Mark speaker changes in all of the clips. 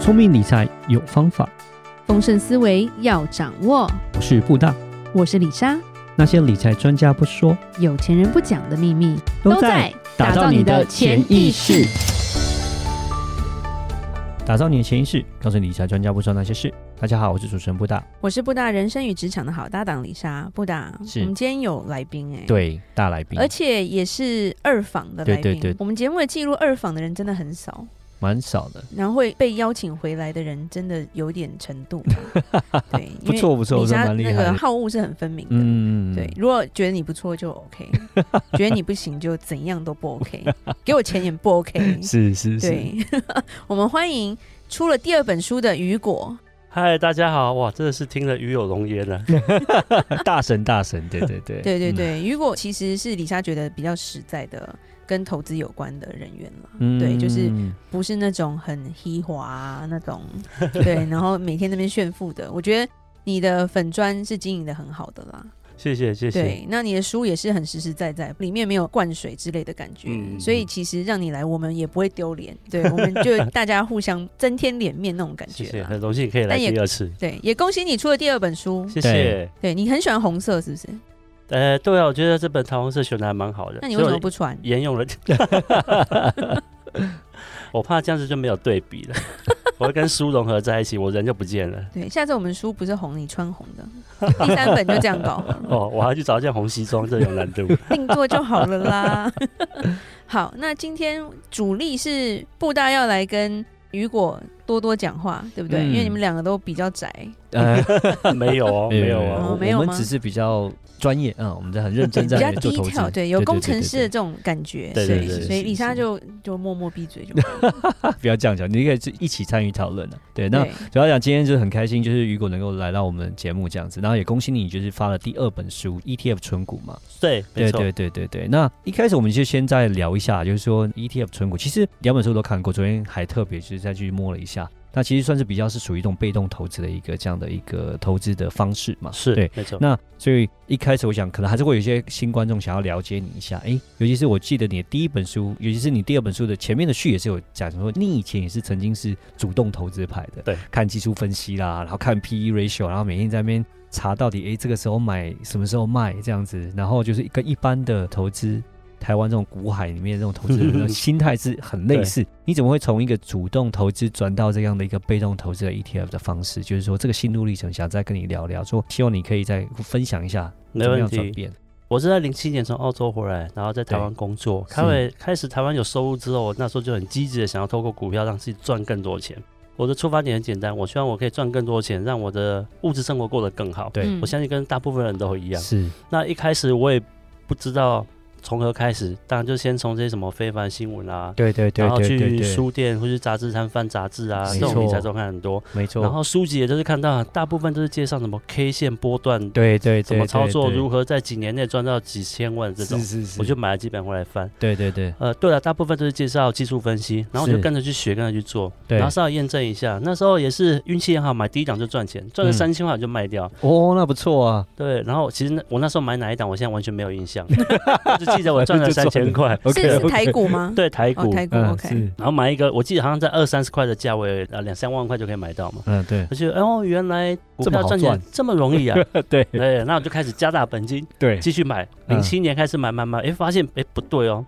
Speaker 1: 聪明理财有方法，
Speaker 2: 丰盛思维要掌握。
Speaker 1: 我是布大。
Speaker 2: 我是李莎，
Speaker 1: 那些理财专家不说，
Speaker 2: 有钱人不讲的秘密
Speaker 1: 打造你的潜意识。，打造你的潜意识，告诉你理财专家不说那些事。大家好，我是主持人布大。
Speaker 2: 我是布达人生与职场的好搭档李莎。布达，
Speaker 1: 是
Speaker 2: 我们今天有来宾哎、，
Speaker 1: 对，大来宾
Speaker 2: 而，且也是二访的来宾。
Speaker 1: 对对对
Speaker 2: 我们节目的记录二访的人真的很少，
Speaker 1: 蛮少的，
Speaker 2: 然后会被邀请回来的人真的有点程度。 对，因
Speaker 1: 不
Speaker 2: 为
Speaker 1: 错不错，我
Speaker 2: 李
Speaker 1: 说
Speaker 2: 莎
Speaker 1: 蛮厉
Speaker 2: 那
Speaker 1: 害
Speaker 2: 个
Speaker 1: 的。
Speaker 2: 好恶是很分明的。
Speaker 1: 嗯
Speaker 2: 对，如果觉得你不错 就 OK，觉得你不行就怎样都不 OK，给我钱也不 OK。
Speaker 1: 是是是。
Speaker 2: 对， 我们欢迎出了第二本书的雨果。
Speaker 3: 嗨，大家好！哇，真的是听了与有荣焉啊了。
Speaker 1: 大神大神，对对对，
Speaker 2: 对对
Speaker 3: 嗯
Speaker 2: 对，雨果其实是李莎觉得比较实在的，跟投资有关的人员了，
Speaker 1: 嗯，
Speaker 2: 对就是
Speaker 1: 嗯
Speaker 2: 不是那种很黑华、啊、那 种，对，然后每天那边炫富的。我觉得你的粉砖是经营的很好的啦，
Speaker 3: 谢谢谢谢。
Speaker 2: 对，那你的书也是很实实在在，里面没有灌水之类的感觉，
Speaker 3: 嗯
Speaker 2: 所以其实让你来，我们也不会丢脸， 对，我们就大家互相增添脸面那种感觉
Speaker 3: 谢
Speaker 2: 啦。
Speaker 3: 谢，很荣幸可以来
Speaker 2: 但也
Speaker 3: 第二次，
Speaker 2: 对，也恭喜你出了第二本书。
Speaker 3: 谢
Speaker 1: 对
Speaker 3: 谢。
Speaker 2: 对你很喜欢红色是不是？
Speaker 3: 呃，对啊，我觉得这本《桃红色》选的还蛮好的。
Speaker 2: 那你为什
Speaker 3: 所以
Speaker 2: 么
Speaker 3: 我
Speaker 2: 不穿？
Speaker 3: 沿用了？ 我怕这样子就没有对比 了，我会跟书融合在一起，我人就不见了。
Speaker 2: 对，下次我们书不是红，你穿红的。第三本就这样搞好 了，
Speaker 3: 哦，我还要去找一件红西装，这有难 度。
Speaker 2: 定做就好了啦。 好，那今天主力是布大要来跟雨果多多讲话，对不对？
Speaker 1: 嗯
Speaker 2: 因为你们两个都比较宅。
Speaker 1: 呃，
Speaker 3: 没有哦，没有
Speaker 2: 哦
Speaker 3: 哦。
Speaker 1: 我
Speaker 2: 没有
Speaker 1: 我
Speaker 2: 吗
Speaker 1: 们只是比较专业啊，嗯我们在很认真
Speaker 2: 比较
Speaker 1: 在做
Speaker 2: 低
Speaker 1: 投
Speaker 2: 调，
Speaker 1: 资，
Speaker 2: 对，有工程师的这种感觉，
Speaker 3: 对
Speaker 2: 所以
Speaker 3: 对对对
Speaker 2: 所以
Speaker 1: 是
Speaker 2: 李莎
Speaker 1: 是
Speaker 2: 就就默默闭嘴就好了。
Speaker 1: 不要这样讲，你可以一起参与讨论的。对，那
Speaker 2: 对
Speaker 1: 主要讲今天就是很开心，就是雨果能够来到我们节目这样子，然后也恭喜你，就是发了第二本书 E ETF 纯股嘛。
Speaker 3: 对，没
Speaker 1: 对
Speaker 3: 错。
Speaker 1: 对对对对。那一开始我们就先再聊一下，就是说 E ETF 纯股，其实两本书都看过，昨天还特别就是再去摸了一下。那其实算是比较是属于一种被动投资的一个这样的一个投资的方式嘛。对
Speaker 3: 是，。没错。
Speaker 1: 那所以一开始我想，可能还是会有一些新观众想要了解你一下，诶，尤其是我记得你的第一本书，尤其是你第二本书的前面的序也是有讲说，你以前也是曾经是主动投资派的，
Speaker 3: 对，
Speaker 1: 看技术分析啦，然后看 PE ratio，然后每天在那边查到底，诶，这个时候买，什么时候卖这样子，然后就是跟一般的投资。台湾这种股海里面这种投资人的心态是很类似，你怎么会从一个主动投资转到这样的一个被动投资的 ETF 的方式？就是说这个心路历程，想再跟你聊聊，说希望你可以再分享一下
Speaker 3: 没
Speaker 1: 怎么
Speaker 3: 问
Speaker 1: 样
Speaker 3: 题
Speaker 1: 转变。
Speaker 3: 我是在零七年从澳洲回来，然后在台湾工作。
Speaker 1: 是
Speaker 3: 开始开始台湾有收入之后，我那时候就很积极的想要透过股票让自己赚更多钱。我的出发点很简单，我希望我可以赚更多钱，让我的物质生活过得更好。
Speaker 1: 对，
Speaker 2: 嗯
Speaker 3: 我相信跟大部分人都一样。
Speaker 1: 是
Speaker 3: 那一开始我也不知道从何开始，当然就先从这些什么非凡新闻啊，
Speaker 1: 对对对
Speaker 3: 然后
Speaker 1: 对对
Speaker 3: 去
Speaker 1: 对，
Speaker 3: 书店或去杂志摊翻杂志啊，
Speaker 1: 没
Speaker 3: 这种理
Speaker 1: 错
Speaker 3: 财周刊很多。
Speaker 1: 没错。
Speaker 3: 然后书籍也就是看到，大部分都是介绍什么 K 线波段
Speaker 1: 对对对，
Speaker 3: 怎么操作，如
Speaker 1: 何
Speaker 3: 何在几年内赚到几千万这种，
Speaker 1: 是是，
Speaker 3: 我就买了几本回来翻。
Speaker 1: 对对 对
Speaker 3: 呃，对了，大部分都是介绍技术分析，然后我
Speaker 1: 是
Speaker 3: 就跟着去学，跟着去做，
Speaker 1: 对
Speaker 3: 然后。稍微验证一下。那时候也是运气很好，买第一档就赚钱，赚了
Speaker 1: 嗯
Speaker 3: 三千块就卖掉。
Speaker 1: 哦，那不错啊。
Speaker 3: 对，然后其实那我那时候买哪一档，我现在完全没有印象， 我只记得我赚了
Speaker 1: 就赚
Speaker 3: 三
Speaker 1: 了
Speaker 3: 千块。
Speaker 1: OK，
Speaker 2: 是是台股吗？
Speaker 3: 对台
Speaker 2: 哦，
Speaker 3: 股，
Speaker 2: 台股
Speaker 1: 嗯
Speaker 2: OK。
Speaker 1: 是
Speaker 3: 然后买一个，我记得好像在二三十块的价位，呃，两三万块就可以买到嘛。
Speaker 1: 嗯对
Speaker 3: 我觉得，哦，原来股
Speaker 1: 这么
Speaker 3: 票
Speaker 1: 好
Speaker 3: 赚钱
Speaker 1: 赚
Speaker 3: 这么容 易啊！
Speaker 1: 对
Speaker 3: 对，那我就开始加大本金，
Speaker 1: 对
Speaker 3: 继续买，
Speaker 1: 嗯
Speaker 3: 零七年开始买买买，哎、发现哎、诶不对哦，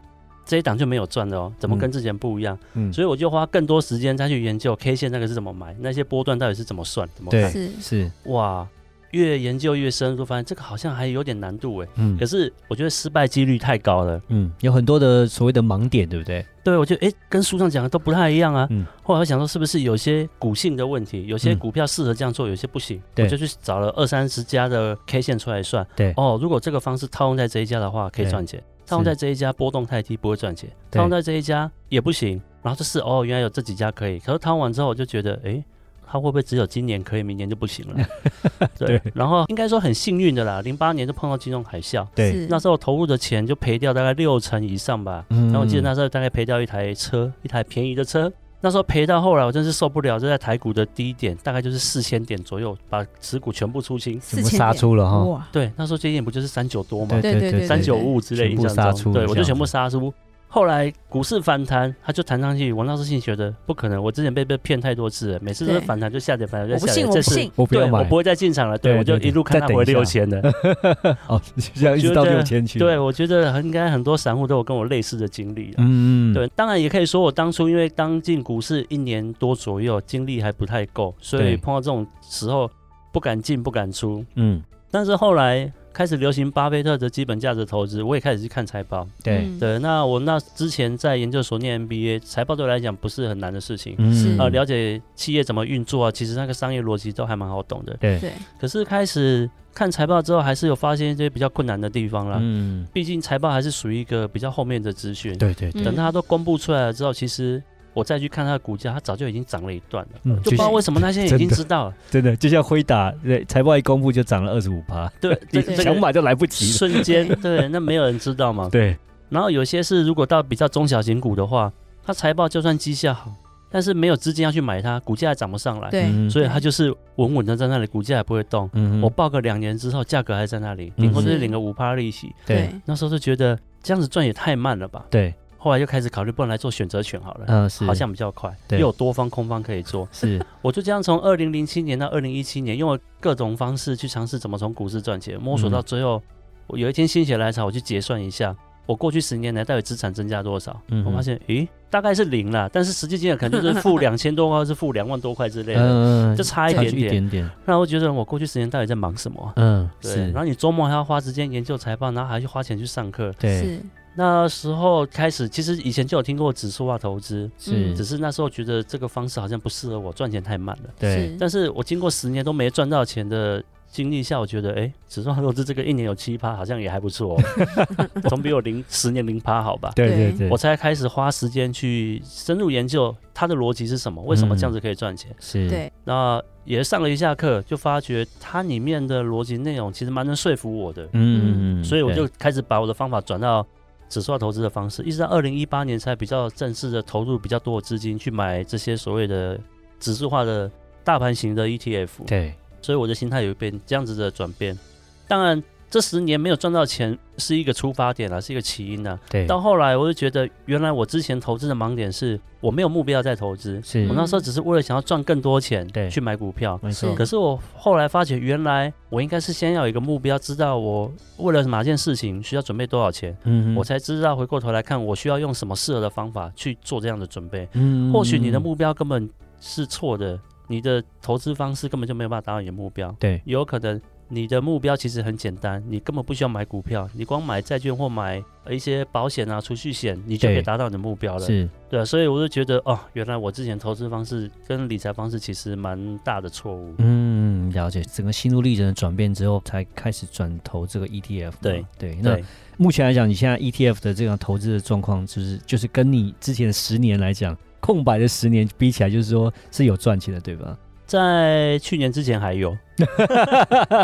Speaker 3: 这一档就没有赚的哦，怎么跟之前不一样？
Speaker 1: 嗯
Speaker 3: 所以我就花更多时间再去研究 K 线那个是怎么买，那些波段到底是怎么算，怎么看？
Speaker 1: 对
Speaker 2: 是
Speaker 1: 嗯是
Speaker 3: 哇，越研究越深入，发现这个好像还有点难度哎。
Speaker 1: 嗯
Speaker 3: 可是我觉得失败几率太高了，
Speaker 1: 嗯，有很多的所谓的盲点，对不对？
Speaker 3: 对我觉得哎、诶跟书上讲的都不太一样啊。
Speaker 1: 嗯
Speaker 3: 后来我想说，是不是有些股性的问题，有些
Speaker 1: 嗯
Speaker 3: 股票适合这样做，有些不行，
Speaker 1: 对
Speaker 3: 我就去找了二三十家的 K 线出来算。
Speaker 1: 对
Speaker 3: 哦，如果这个方式套用在这一家的话，可以
Speaker 1: 对
Speaker 3: 赚钱。套用在这一家波动太低不会赚钱，
Speaker 1: 对
Speaker 3: 套用在这一家也不行。然后就是哦，原来有这几家可以，可是套用完之后我就觉得，诶，它会不会只有今年可以，明年就不行了？ 对。然后应该说很幸运的啦，零八年就碰到金融海啸，
Speaker 1: 对，
Speaker 3: 那时候投入的钱就赔掉大概六成以上吧。
Speaker 1: 嗯
Speaker 3: 然后我记得那时候大概赔掉一台车，一台便宜的车。那时候赔到后来，我真是受不了，就在台股的低点，大概就是四千点左右，把持股全部出清。
Speaker 2: 四
Speaker 1: 怎么
Speaker 2: 千
Speaker 1: 杀
Speaker 2: 点
Speaker 1: 出了哈？
Speaker 2: 哇，
Speaker 3: 对，那时候接近不就是三九多嘛
Speaker 1: 对，
Speaker 2: 对对对
Speaker 1: 对
Speaker 3: 三九五之类，
Speaker 1: 全
Speaker 3: 印
Speaker 1: 部
Speaker 3: 象
Speaker 1: 杀
Speaker 3: 中
Speaker 1: 出了
Speaker 3: 对
Speaker 1: 这
Speaker 3: 我就
Speaker 1: 样
Speaker 3: 全部
Speaker 1: 子
Speaker 3: 杀出。后来股市反弹，他就弹上去。王道士信觉得不可能，我之前被被骗太多次了，每次都是
Speaker 2: 对
Speaker 3: 反弹就下跌，反弹
Speaker 2: 我不
Speaker 3: 就下跌。
Speaker 2: 信，我
Speaker 3: 这
Speaker 2: 不
Speaker 3: 次
Speaker 2: 信。
Speaker 1: 我不要
Speaker 3: 对，我
Speaker 1: 买
Speaker 3: 不会再进场了。对，
Speaker 1: 对
Speaker 3: 我就
Speaker 1: 对对
Speaker 3: 一路看
Speaker 1: 再
Speaker 3: 它
Speaker 1: 等
Speaker 3: 回
Speaker 1: 一下
Speaker 3: 六千的。
Speaker 1: 哦，这样一直到
Speaker 3: 觉得
Speaker 1: 六千去，
Speaker 3: 对，，我觉得应该很多散户都有跟我类似的经历啊。
Speaker 1: 嗯，
Speaker 3: 对，当然也可以说，我当初因为刚进股市一年多左右，精力还不太够，所
Speaker 1: 对
Speaker 3: 以碰到这种时候不敢进不敢出。
Speaker 1: 嗯，
Speaker 3: 但是后来开始流行巴菲特的基本价值投资，我也开始去看财报。
Speaker 1: 对，
Speaker 2: 嗯，
Speaker 3: 对，那我那之前在研究所念 MBA，财报对我来讲不是很难的事情。
Speaker 1: 嗯，
Speaker 3: 呃，了解企业怎么运作啊，其实那个商业逻辑都还蛮好懂的。
Speaker 1: 对，
Speaker 2: 对，
Speaker 3: 可是开始看财报之后，还是有发现一些比较困难的地方啦。
Speaker 1: 嗯，
Speaker 3: 毕竟财报还是属于一个比较后面的资讯。
Speaker 1: 对对对，
Speaker 3: 等
Speaker 2: 嗯
Speaker 3: 它都公布出来了之后，其实我再去看它的股价，它早就已经涨了一段了，
Speaker 1: 嗯
Speaker 3: 就不知道
Speaker 1: 像
Speaker 3: 为什么那些人已
Speaker 1: 真
Speaker 3: 经
Speaker 1: 的
Speaker 3: 知道了，
Speaker 1: 真的就像辉达，对，财报一公布就涨了二十五趴，
Speaker 3: 对，这
Speaker 1: 你
Speaker 2: 对
Speaker 3: 这
Speaker 1: 想
Speaker 3: 个
Speaker 1: 买都来不及了，
Speaker 3: 瞬间，对，那没有人知道 嘛。
Speaker 1: 对，
Speaker 3: 然后有些是如果到比较中小型股的话，它财报就算绩效好，但是没有资金要去买它，股价也涨不上来，
Speaker 2: 对
Speaker 1: 嗯
Speaker 3: 所以它就是稳稳的在那里，股价也不会动。
Speaker 1: 嗯，
Speaker 3: 我报个两年之后，价格还在那里，
Speaker 1: 嗯
Speaker 3: 顶多就是
Speaker 2: 是
Speaker 3: 领个五趴利息。
Speaker 1: 对
Speaker 2: 对，
Speaker 3: 那时候就觉得这样子赚也太慢了吧，
Speaker 1: 对，
Speaker 3: 后来就开始考虑，不然来做选择权好了。
Speaker 1: 嗯，是，
Speaker 3: 好像比较快，
Speaker 1: 对
Speaker 3: 又有多方空方可以做。
Speaker 1: 是，
Speaker 3: 我就这样从二零零七年到二零一七年，用了各种方式去尝试怎么从股市赚钱，摸索到最后，我有一天心血来潮，我去结算一下，我过去十年来到底资产增加多少？
Speaker 1: 嗯哼
Speaker 3: 我发现，咦，大概是零啦，但是实际金额可能就 是负两千多块，或是负两万多块之类的，
Speaker 1: 嗯，
Speaker 3: 就差一
Speaker 1: 差
Speaker 3: 点
Speaker 1: 距一
Speaker 3: 点。
Speaker 1: 点点，
Speaker 3: 那我觉得我过去十年到底在忙什么啊？
Speaker 1: 嗯，
Speaker 3: 对，
Speaker 1: 是
Speaker 3: 然，后你周末还要花时间研究财报，然后还去花钱去上课。
Speaker 1: 对，
Speaker 2: 是，
Speaker 3: 那时候开始，其实以前就有听过指数化投资，
Speaker 1: 是
Speaker 2: 嗯
Speaker 3: 只，是那时候觉得这个方式好像不适合我，赚钱太慢了。
Speaker 1: 对，
Speaker 2: 是
Speaker 3: 但是我经过十年都没赚到钱的经历下，我觉得，哎，指数投资这个一年有七趴，好像也还不错、哦， 总比我零十年零趴好吧？
Speaker 1: 对
Speaker 2: 对
Speaker 1: 对对，
Speaker 3: 我才开始花时间去深入研究它的逻辑是什么，为什
Speaker 1: 嗯
Speaker 3: 么这样子可以赚钱。
Speaker 1: 是，
Speaker 2: 对，
Speaker 3: 那也上了一下课，就发觉它里面的逻辑内容其实蛮能说服我的，
Speaker 1: 嗯，嗯，嗯
Speaker 3: 所以我就
Speaker 1: 对
Speaker 3: 开始把我的方法转到指数化投资的方式，一直到二零一八年才比较正式的投入比较多的资金去买这些所谓的指数化的大盘型的 E ETF。
Speaker 1: 对，
Speaker 3: 所以我的心态有变这样子的转变。当然，这十年没有赚到钱是一个出发点啦，啊是一个起因啦。
Speaker 1: 对，
Speaker 3: 到后来，我就觉得原来我之前投资的盲点是我没有目标在投资，
Speaker 1: 是
Speaker 3: 我那时候只是为了想要赚更多钱
Speaker 1: 嗯对嗯
Speaker 3: 去买股票。
Speaker 1: 没错
Speaker 2: 是，
Speaker 3: 可是我后来发觉，原来我应该是先要有一个目标，知道我为了哪件事情需要准备多少钱，
Speaker 1: 嗯
Speaker 3: 我，才知道回过头来看我需要用什么适合的方法去做这样的准备。
Speaker 1: 嗯
Speaker 3: 或许你的，
Speaker 1: 嗯嗯
Speaker 3: 目标根本是错的，你的投资方式根本就没有办法达到你的目标。
Speaker 1: 对，
Speaker 3: 有可能你的目标其实很简单，你根本不需要买股票，你光买债券或买呃一些保险啊、储蓄险，你就可
Speaker 1: 对
Speaker 3: 以达到你的目标了。
Speaker 1: 是，
Speaker 3: 对啊，所以我就觉得哦，原来我之前投资方式跟理财方式其实蛮大的错误。
Speaker 1: 嗯，了解，整个心路历程的转变之后，才开始转投这个 ETF 嘛。
Speaker 3: 对
Speaker 1: 对，那
Speaker 3: 对，
Speaker 1: 目前来讲，你现在 ETF 的这样投资的状况，就是就是跟你之前的十年来讲，空白的十年比起来，就是说是有赚钱的，对吧？
Speaker 3: 在去年之前还有，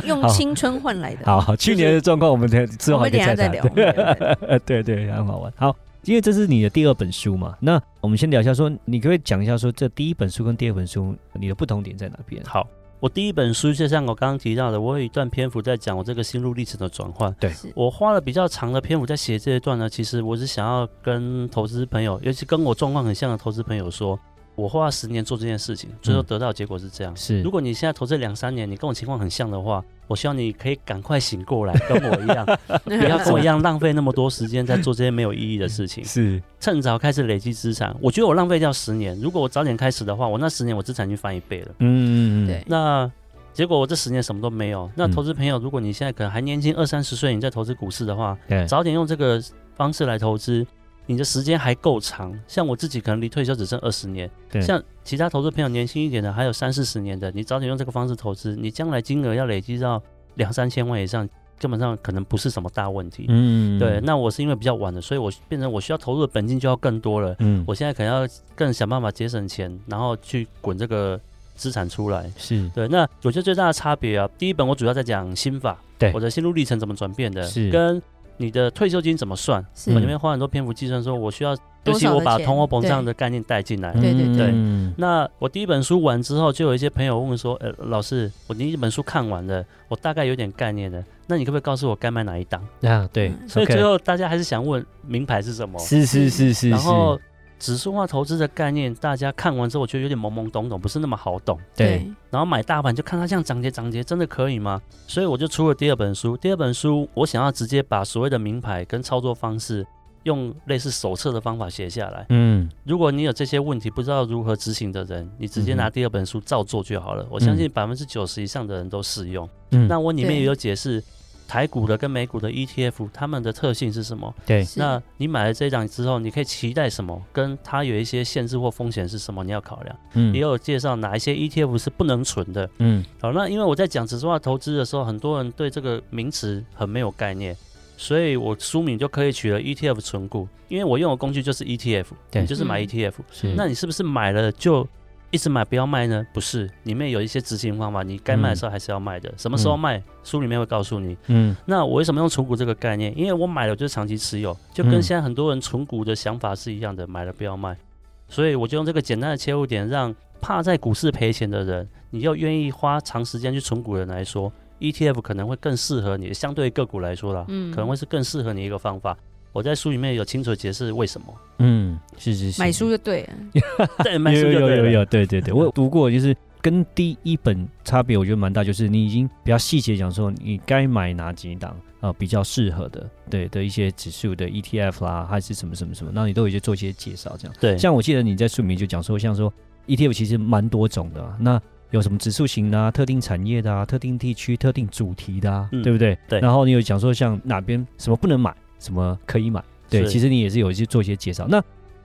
Speaker 2: 用青春换来的。
Speaker 1: 好，好，去年的状况我们等下之
Speaker 2: 我
Speaker 1: 后还可
Speaker 2: 们
Speaker 1: 以
Speaker 2: 等一下
Speaker 1: 再
Speaker 2: 再
Speaker 1: 谈。
Speaker 2: 聊。我们等一下再 聊
Speaker 1: 对对，很好玩。好，因为这是你的第二本书嘛，那我们先聊一下说，你可不可以讲一下说，这第一本书跟第二本书你的不同点在哪边？啊
Speaker 3: 好。我第一本书就像我刚刚提到的，我有一段篇幅在讲我这个心路历程的转换。
Speaker 2: 是
Speaker 3: 我花了比较长的篇幅在写这一段呢，其实我是想要跟投资朋友，尤其跟我状况很像的投资朋友说，我花了十年做这件事情，最后得到的结果是这样。
Speaker 1: 嗯是
Speaker 3: 如果你现在投资两三年，你跟我情况很像的话，我希望你可以赶快醒 过来，跟我一样，不要跟我一样浪费那么多时间在做这些没有意义的事情，
Speaker 1: 是，
Speaker 3: 趁早开始累积资产。我觉得我浪费掉十年，如果我早点开始的话，我那十年我资产已经翻一倍了。
Speaker 1: 嗯，嗯嗯
Speaker 2: 对，
Speaker 3: 那结果我这十年什么都没有。那
Speaker 1: 嗯
Speaker 3: 投资朋友，如果你现在可能还年轻，二三十岁，你在投资股市的话，
Speaker 1: 对，
Speaker 3: 早点用这个方式来投资，你的时间还够长。像我自己可能离退休只剩二十年
Speaker 1: 对，
Speaker 3: 像其他投资朋友年轻一点的，还有三四十年的，你早点用这个方式投资，你将来金额要累积到两三千万以上，根本上可能不是什么大问题。
Speaker 1: 嗯，
Speaker 3: 对，那我是因为比较晚了，所以我变成我需要投入的本金就要更多了。
Speaker 1: 嗯，
Speaker 3: 我现在可能要更想办法节省钱，然后去滚这个资产出来。
Speaker 1: 是
Speaker 3: 对，那我觉得最大的差别啊，第一本我主要在讲心法，
Speaker 1: 对
Speaker 3: 我的心路历程怎么转变的，
Speaker 1: 是
Speaker 3: 跟你的退休金怎么算？
Speaker 2: 是
Speaker 3: 我
Speaker 1: 嗯
Speaker 3: 里面花很多篇幅计算，说我需要，尤
Speaker 2: 多
Speaker 3: 其
Speaker 2: 少的
Speaker 3: 我把
Speaker 2: 钱
Speaker 3: 通货膨
Speaker 2: 对
Speaker 3: 胀的概念带进来。
Speaker 2: 对对对
Speaker 1: 嗯
Speaker 3: 那我第一本书完之后，就有一些朋友问说：“呃，老师，我第一本书看完了，我大概有点概念了，那你可不可以告诉我该买哪一档
Speaker 1: 啊，对，
Speaker 3: 嗯所以
Speaker 1: OK
Speaker 3: 最后大家还是想问名牌是什么，
Speaker 1: 是是是是，
Speaker 3: 然
Speaker 1: 是
Speaker 3: 后指数化投资的概念，大家看完之后，我觉得有点懵懵懂懂，不是那么好懂。
Speaker 1: 对，
Speaker 3: 然后买大盘就看它这样涨跌涨跌，真的可以吗？所以我就出了第二本书。第二本书我想要直接把所谓的名牌跟操作方式，用类似手册的方法写下来。
Speaker 1: 嗯，
Speaker 3: 如果你有这些问题不知道如何执行的人，你直接
Speaker 1: 嗯
Speaker 3: 拿
Speaker 1: 哼
Speaker 3: 第二本书照做就好了。我相信
Speaker 1: 嗯
Speaker 3: 百分之九十以上的人都适用。
Speaker 1: 嗯
Speaker 3: 那我里面
Speaker 2: 对
Speaker 3: 也有解释台股的跟美股的 E ETF 它们的特性是什么。
Speaker 1: 对，
Speaker 2: 是
Speaker 3: 那你买了这一档之后，你可以期待什么？跟它有一些限制或风险是什么？你要考量。
Speaker 1: 嗯
Speaker 3: 也有介绍哪一些 ETF 是不能存的。
Speaker 1: 嗯
Speaker 3: 好，那因为我在讲指数化投资的时候，很多人对这个名词很没有概念，所以我书名就可以取了 ETF 存股，因为我用的工具就是 ETF，
Speaker 1: 对
Speaker 3: 你就是买
Speaker 2: 嗯
Speaker 3: ETF、
Speaker 1: 是
Speaker 3: 那你是不是买了就一直买不要卖呢？不是，里面有一些执行方法，你该卖的时候还是要卖的，什么时候卖，书里面会告诉你。
Speaker 1: 嗯
Speaker 3: 那我为什么用存股这个概念？因为我买了就是长期持有，就
Speaker 1: 嗯
Speaker 3: 跟现在很多人存股的想法是一样的，买了不要卖。所以我就用这个简单的切入点，让怕在股市赔钱的人，你又愿意花长时间去存股的人来说，ETF 可能会更适合你，相对于个股来说啦，
Speaker 2: 嗯
Speaker 3: 可能会是更适合你一个方法。我在书里面有清楚解释为什么，
Speaker 1: 嗯是是是，
Speaker 2: 买书就对了，
Speaker 3: 对，
Speaker 1: 有
Speaker 3: 买书
Speaker 1: 有
Speaker 3: 就
Speaker 1: 有
Speaker 3: 对
Speaker 1: 有
Speaker 3: 了
Speaker 1: 有，对 对对，我有读过，就是跟第一本差别，我觉得蛮大，就是你已经比较细节讲说你该买哪几档啊、呃比较适合的，对的一些指数的 ETF 啦，还是什么什么什么，那你都有一些做一些介绍这样。
Speaker 3: 对，
Speaker 1: 像我记得你在书里面就讲说，像说 ETF 其实蛮多种的、啊，那有什么指数型的啊、特定产业的啊、特定地区、特定主题的啊，
Speaker 3: 嗯
Speaker 1: 对不对？
Speaker 3: 对
Speaker 1: 然后你有讲说像哪边什么不能买，什么可以买，对，
Speaker 3: 是
Speaker 1: 其实你也是有一些做一些介绍。那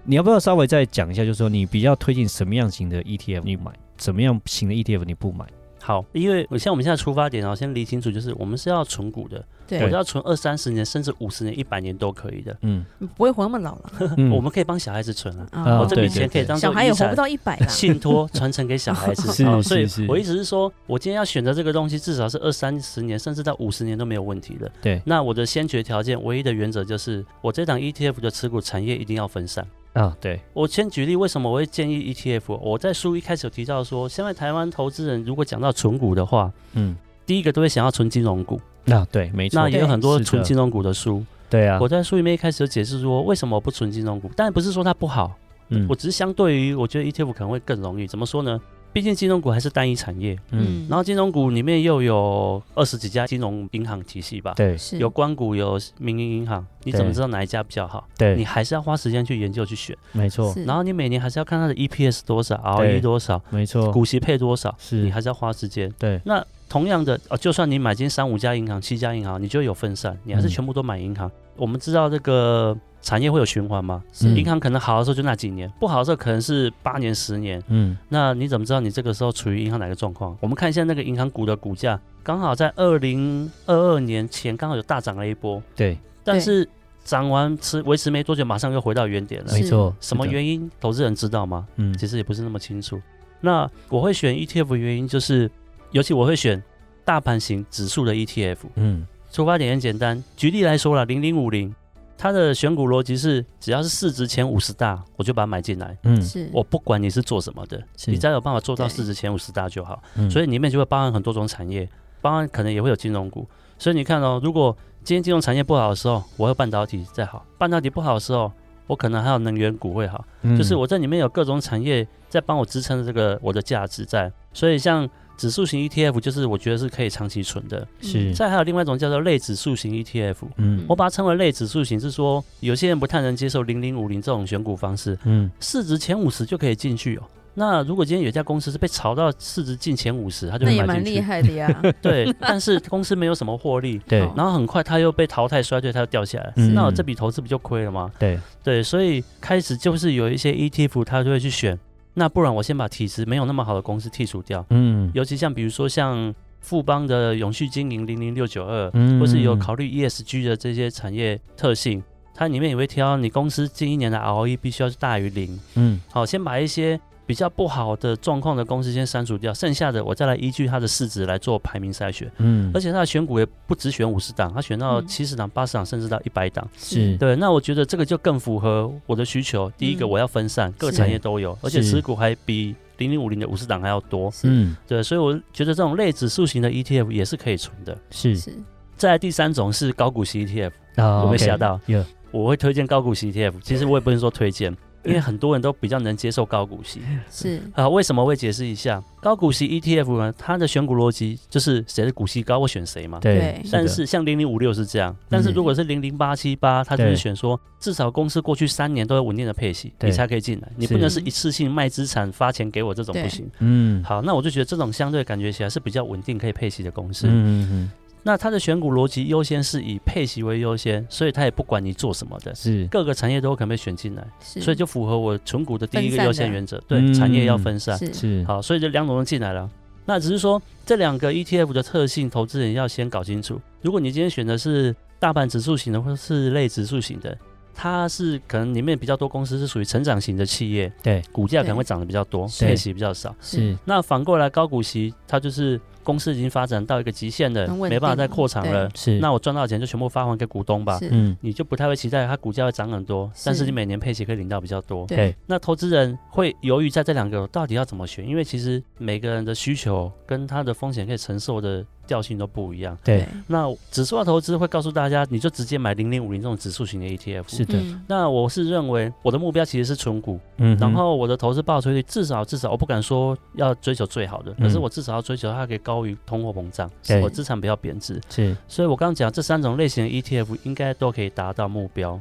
Speaker 1: 你要不要稍微再讲一下，就是说你比较推荐什么样型的 ETF 你买，什么样型的 ETF 你不买？
Speaker 3: 好，因为我像我们现在出发点啊，先理清楚，就是我们是要存股的，
Speaker 2: 对
Speaker 3: 我是要存二三十年，甚至五十年、一百年都可以的。
Speaker 1: 嗯，
Speaker 2: 你不会活那么老了。
Speaker 1: 嗯
Speaker 3: 我们可以帮小孩子存啊，
Speaker 1: 啊
Speaker 2: 啊，
Speaker 3: 我这笔
Speaker 1: 对
Speaker 3: 钱可以当做
Speaker 2: 小孩也
Speaker 3: 遗
Speaker 2: 活
Speaker 3: 产
Speaker 2: 不到一 百啦。
Speaker 3: 信托传承给小 孩
Speaker 1: 是
Speaker 3: 子。哦
Speaker 1: 是
Speaker 3: 所以
Speaker 1: 是
Speaker 3: 我意思是说，我今天要选择这个东西，至少是二三十年，甚至到五十年都没有问题的。
Speaker 1: 对
Speaker 3: 那我的先决条件，唯一的原则就是，我这档 ETF 的持股产业一定要分散。
Speaker 1: 啊，对，
Speaker 3: 我先举例，为什么我会建议 ETF？我在书一开始有提到说，现在台湾投资人如果讲到存股的话，
Speaker 1: 嗯，
Speaker 3: 第一个都会想要存金融股，
Speaker 1: 那、啊对，没错，
Speaker 3: 那也有很多
Speaker 1: 是的
Speaker 3: 存金融股的书。
Speaker 1: 对啊，
Speaker 3: 我在书里面一开始有解释说，为什么我不存金融股，但不是说它不好，
Speaker 1: 嗯
Speaker 3: 我只是相对于，我觉得 ETF 可能会更容易。怎么说呢？毕竟金融股还是单一产业，
Speaker 1: 嗯，
Speaker 3: 然后金融股里面又有二十几家金融银行体系吧，
Speaker 1: 对
Speaker 2: 是
Speaker 3: 有关股，有民营银行，你怎么
Speaker 1: 对
Speaker 3: 知道哪一家比较好？你
Speaker 1: 对，
Speaker 3: 还是要花时间去研究去选，
Speaker 1: 没错，
Speaker 2: 是
Speaker 3: 然后你每年还是要看它的 EPS 多少
Speaker 1: 对
Speaker 3: ，ROE 多少，
Speaker 1: 没错，
Speaker 3: 股息配多少，
Speaker 1: 是
Speaker 3: 你还是要花时间。
Speaker 1: 对，
Speaker 3: 那同样的，哦，就算你买进三五家银行、七家银行，你就有分散，你还是
Speaker 1: 嗯
Speaker 3: 全部都买银行。我们知道这个产业会有循环嘛，
Speaker 2: 是
Speaker 1: 嗯
Speaker 3: 银行可能好的时候就那几年，不好的时候可能是八年、十年。
Speaker 1: 嗯，
Speaker 3: 那你怎么知道你这个时候处于银行哪个状况？我们看一下那个银行股的股价，刚好在二零二二年前刚好有大涨了一波，
Speaker 1: 对，
Speaker 3: 但是涨完持维持没多久，马上又回到原点了
Speaker 2: 是。
Speaker 1: 没错，
Speaker 3: 什么
Speaker 1: 是的？
Speaker 3: 原因？投资人知道吗？
Speaker 1: 嗯，
Speaker 3: 其实也不是那么清楚。那我会选 ETF 的原因就是，尤其我会选大盘型指数的 ETF。
Speaker 1: 嗯，
Speaker 3: 出发点很简单，举例来说啦，零零五零，它的选股逻辑是，只要是市值前五十大，我就把它买进来。
Speaker 1: 嗯，
Speaker 2: 是
Speaker 3: 我不管你是做什么的，
Speaker 1: 是
Speaker 3: 你只要有办法做到
Speaker 2: 对
Speaker 3: 市值前五十大就好。
Speaker 1: 嗯
Speaker 3: 所以里面就会包含很多种产业，包含可能也会有金融股。所以你看哦，如果今天金融产业不好的时候，我有半导体再好；半导体不好的时候，我可能还有能源股会好。
Speaker 1: 嗯
Speaker 3: 就是，我这里面有各种产业在帮我支撑这个我的价值在，所以像指数型 ETF 就是我觉得是可以长期存的。
Speaker 2: 嗯
Speaker 1: 是
Speaker 3: 再还有另外一种叫做类指数型 ETF，
Speaker 1: 嗯
Speaker 3: 我把它称为类指数型，是说有些人不太能接受零零五零这种选股方式，
Speaker 1: 嗯
Speaker 3: 市值前五十就可以进去哦。那如果今天有一家公司是被炒到市值进前五十，它就
Speaker 2: 那
Speaker 3: 会
Speaker 2: 也
Speaker 3: 买
Speaker 2: 蛮
Speaker 3: 进
Speaker 2: 厉
Speaker 3: 去。
Speaker 2: 害的 呀。
Speaker 3: 对，但是公司没有什么获利，
Speaker 1: 对
Speaker 2: 好
Speaker 3: 然后很快它又被淘汰衰退，它又掉下来。
Speaker 1: 嗯
Speaker 3: 那我这笔投资不就亏了吗？
Speaker 1: 对，
Speaker 3: 对，所以开始就是有一些 E ETF，它就会去选。那不然我先把体质没有那么好的公司剔除掉，
Speaker 1: 嗯
Speaker 3: 尤其像比如说像富邦的永续经营零零六九二，
Speaker 1: 嗯
Speaker 3: 或是有考虑 ESG 的这些产业特性，E 它里面也会挑你公司近一年的 ROE 必须要是大于零。
Speaker 1: 嗯
Speaker 3: 好，先把一些比较不好的状况的公司先删除掉，剩下的我再来依据它的市值来做排名筛选。
Speaker 1: 嗯，
Speaker 3: 而且它的选股也不只选五十档，它选到
Speaker 2: 嗯
Speaker 3: 七十档、八十档，甚至到一百档。
Speaker 1: 是
Speaker 3: 对，那我觉得这个就更符合我的需求。第一个，
Speaker 2: 嗯
Speaker 3: 我要分散，各
Speaker 2: 是
Speaker 3: 产业都有，而且
Speaker 1: 是
Speaker 3: 持股还比零零五零的五十档还要多。
Speaker 1: 嗯
Speaker 3: 对，所以我觉得这种类指数型的 ETF 也是可以存的。
Speaker 1: 是
Speaker 2: 是
Speaker 3: 再来第三种是高股息 ETF，
Speaker 1: 啊，
Speaker 3: 有没有
Speaker 1: OK，
Speaker 3: 吓到？
Speaker 1: 有
Speaker 3: 我会推荐高股息 ETF。其实我也不能说推荐，因
Speaker 2: 嗯
Speaker 3: 为很多人都比较能接受高股息。
Speaker 2: 是，
Speaker 3: 啊、为什么会解释一下？高股息 ETF 呢，它的选股逻辑就是谁的股息高，我选谁嘛。
Speaker 1: 对
Speaker 2: 对，
Speaker 1: 的
Speaker 3: 但是像零零五六是这样，但是
Speaker 1: 嗯
Speaker 3: 如果是零零八七八，它就是
Speaker 1: 对
Speaker 3: 选说至少公司过去三年都有稳定的配息，
Speaker 1: 对
Speaker 3: 你才可以进来。你不
Speaker 1: 是
Speaker 3: 能是一次性卖资产发钱给我这种不
Speaker 2: 对
Speaker 3: 行。
Speaker 1: 嗯
Speaker 3: 好，那我就觉得这种相对感觉起来是比较稳定可以配息的公
Speaker 1: 嗯
Speaker 3: 司。
Speaker 1: 嗯嗯
Speaker 3: 那它的选股逻辑优先是以配息为优先，所以它也不管你做什么的，
Speaker 1: 是
Speaker 3: 各个产业都有可能被选进来，
Speaker 2: 是
Speaker 3: 所以就符合我存股的第一
Speaker 2: 分
Speaker 3: 个
Speaker 2: 散
Speaker 3: 优
Speaker 2: 的
Speaker 3: 先原则。对，
Speaker 1: 嗯
Speaker 3: 产业要分散。
Speaker 2: 是
Speaker 1: 是
Speaker 3: 好，所以这两种人进来了。那只是说这两个 ETF 的特性，投资人要先搞清楚。如果你今天选的是大盘指数型的，或者是类指数型的，它是可能里面比较多公司是属于成长型的企业，
Speaker 1: 对
Speaker 3: 股价可能会涨得比较多，
Speaker 1: 对
Speaker 3: 配息比较少。
Speaker 1: 是
Speaker 3: 那反过来，高股息它就是公司已经发展到一个极限了，
Speaker 2: 很稳
Speaker 3: 没办法再
Speaker 2: 定
Speaker 3: 扩产了，
Speaker 1: 是
Speaker 3: 那我赚到的钱就全部发还给股东吧。
Speaker 2: 是
Speaker 1: 嗯
Speaker 3: 你就不太会期待它股价会涨很多，但是
Speaker 2: 是
Speaker 3: 你每年配息可以领到比较多。
Speaker 1: 对
Speaker 3: 那投资人会犹豫在这两个到底要怎么选，因为其实每个人的需求跟他的风险可以承受的调性都不一样。
Speaker 1: 对
Speaker 3: 那指数化投资会告诉大家，你就直接买零零五零这种指数型的 ETF。
Speaker 1: 是的，
Speaker 2: 嗯
Speaker 3: 那我是认为我的目标其实是纯股，
Speaker 1: 嗯哼
Speaker 3: 然后我的投资报酬率至少至少我不敢说要追求最好的，
Speaker 1: 嗯
Speaker 3: 可是我至少要追求它可以高于通货膨胀，
Speaker 1: 对
Speaker 3: 我资产不要贬值。
Speaker 1: 是
Speaker 3: 所以我刚刚讲这三种类型的 ETF 应该都可以达到目标。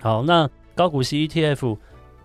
Speaker 3: 好，那高股息 ETF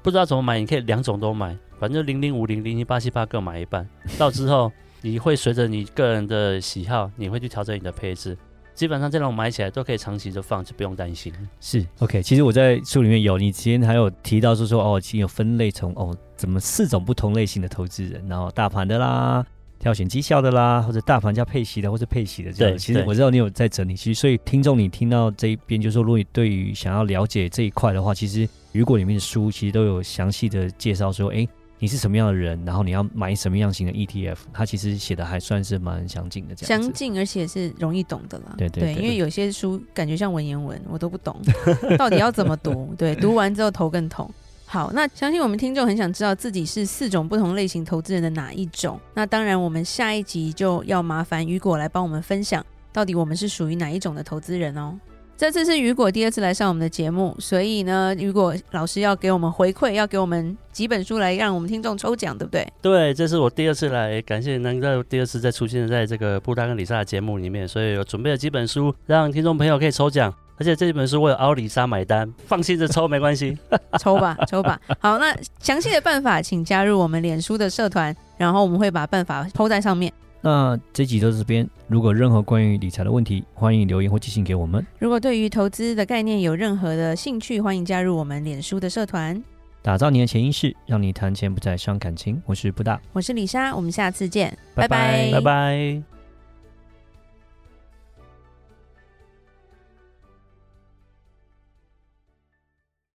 Speaker 3: 不知道怎么买，你可以两种都买，反正零零五零、零零八七八各买一半，到之后你会随着你个人的喜好，你会去调整你的配置。基本上这种买起来都可以长期的放，就不用担心。
Speaker 1: 是 OK。其实我在书里面有，你之前还有提到说说哦，其实有分类从哦怎么四种不同类型的投资人，然后大盘的啦，挑选绩效的啦，或者大盘加配息的，或者配息的这样。
Speaker 3: 对
Speaker 1: 其实
Speaker 3: 对
Speaker 1: 我知道你有在整理，其实所以听众你听到这一边，就说如果你对于想要了解这一块的话，其实雨果里面的书其实都有详细的介绍说，哎。你是什么样的人，然后你要买什么样型的 ETF，它其实写的还算是蛮详尽的这样子。
Speaker 2: 相近，而且是容易懂的啦。
Speaker 1: 对对对
Speaker 2: 因为有些书感觉像文言文，我都不懂， 到底要怎么读？对，读完之后头更痛。好，那相信我们听众很想知道自己是四种不同类型投资人的哪一种。那当然，我们下一集就要麻烦雨果来帮我们分享，到底我们是属于哪一种的投资人哦。这次是雨果第二次来上我们的节目，所以呢，雨果老师要给我们回馈，要给我们几本书来让我们听众抽奖，对不对？
Speaker 3: 对，这是我第二次来，感谢能够第二次再出现在这个布达跟李莎的节目里面，所以我准备了几本书，让听众朋友可以抽奖，而且这几本书我有凹李莎买单，放心着抽没关系。
Speaker 2: 抽吧，抽吧。好，那详细的办法请加入我们脸书的社团，然后我们会把办法抛在上面。
Speaker 1: 那这集到这边，如果任何关于理财的问题，欢迎留言或寄信给我们。
Speaker 2: 如果对于投资的概念有任何的兴趣，欢迎加入我们脸书的社团。
Speaker 1: 打造你的潜意识，让你谈钱不再伤感情。我是布大，
Speaker 2: 我是李莎，我们下次见，
Speaker 1: 拜
Speaker 2: 拜
Speaker 1: 拜
Speaker 3: 拜拜。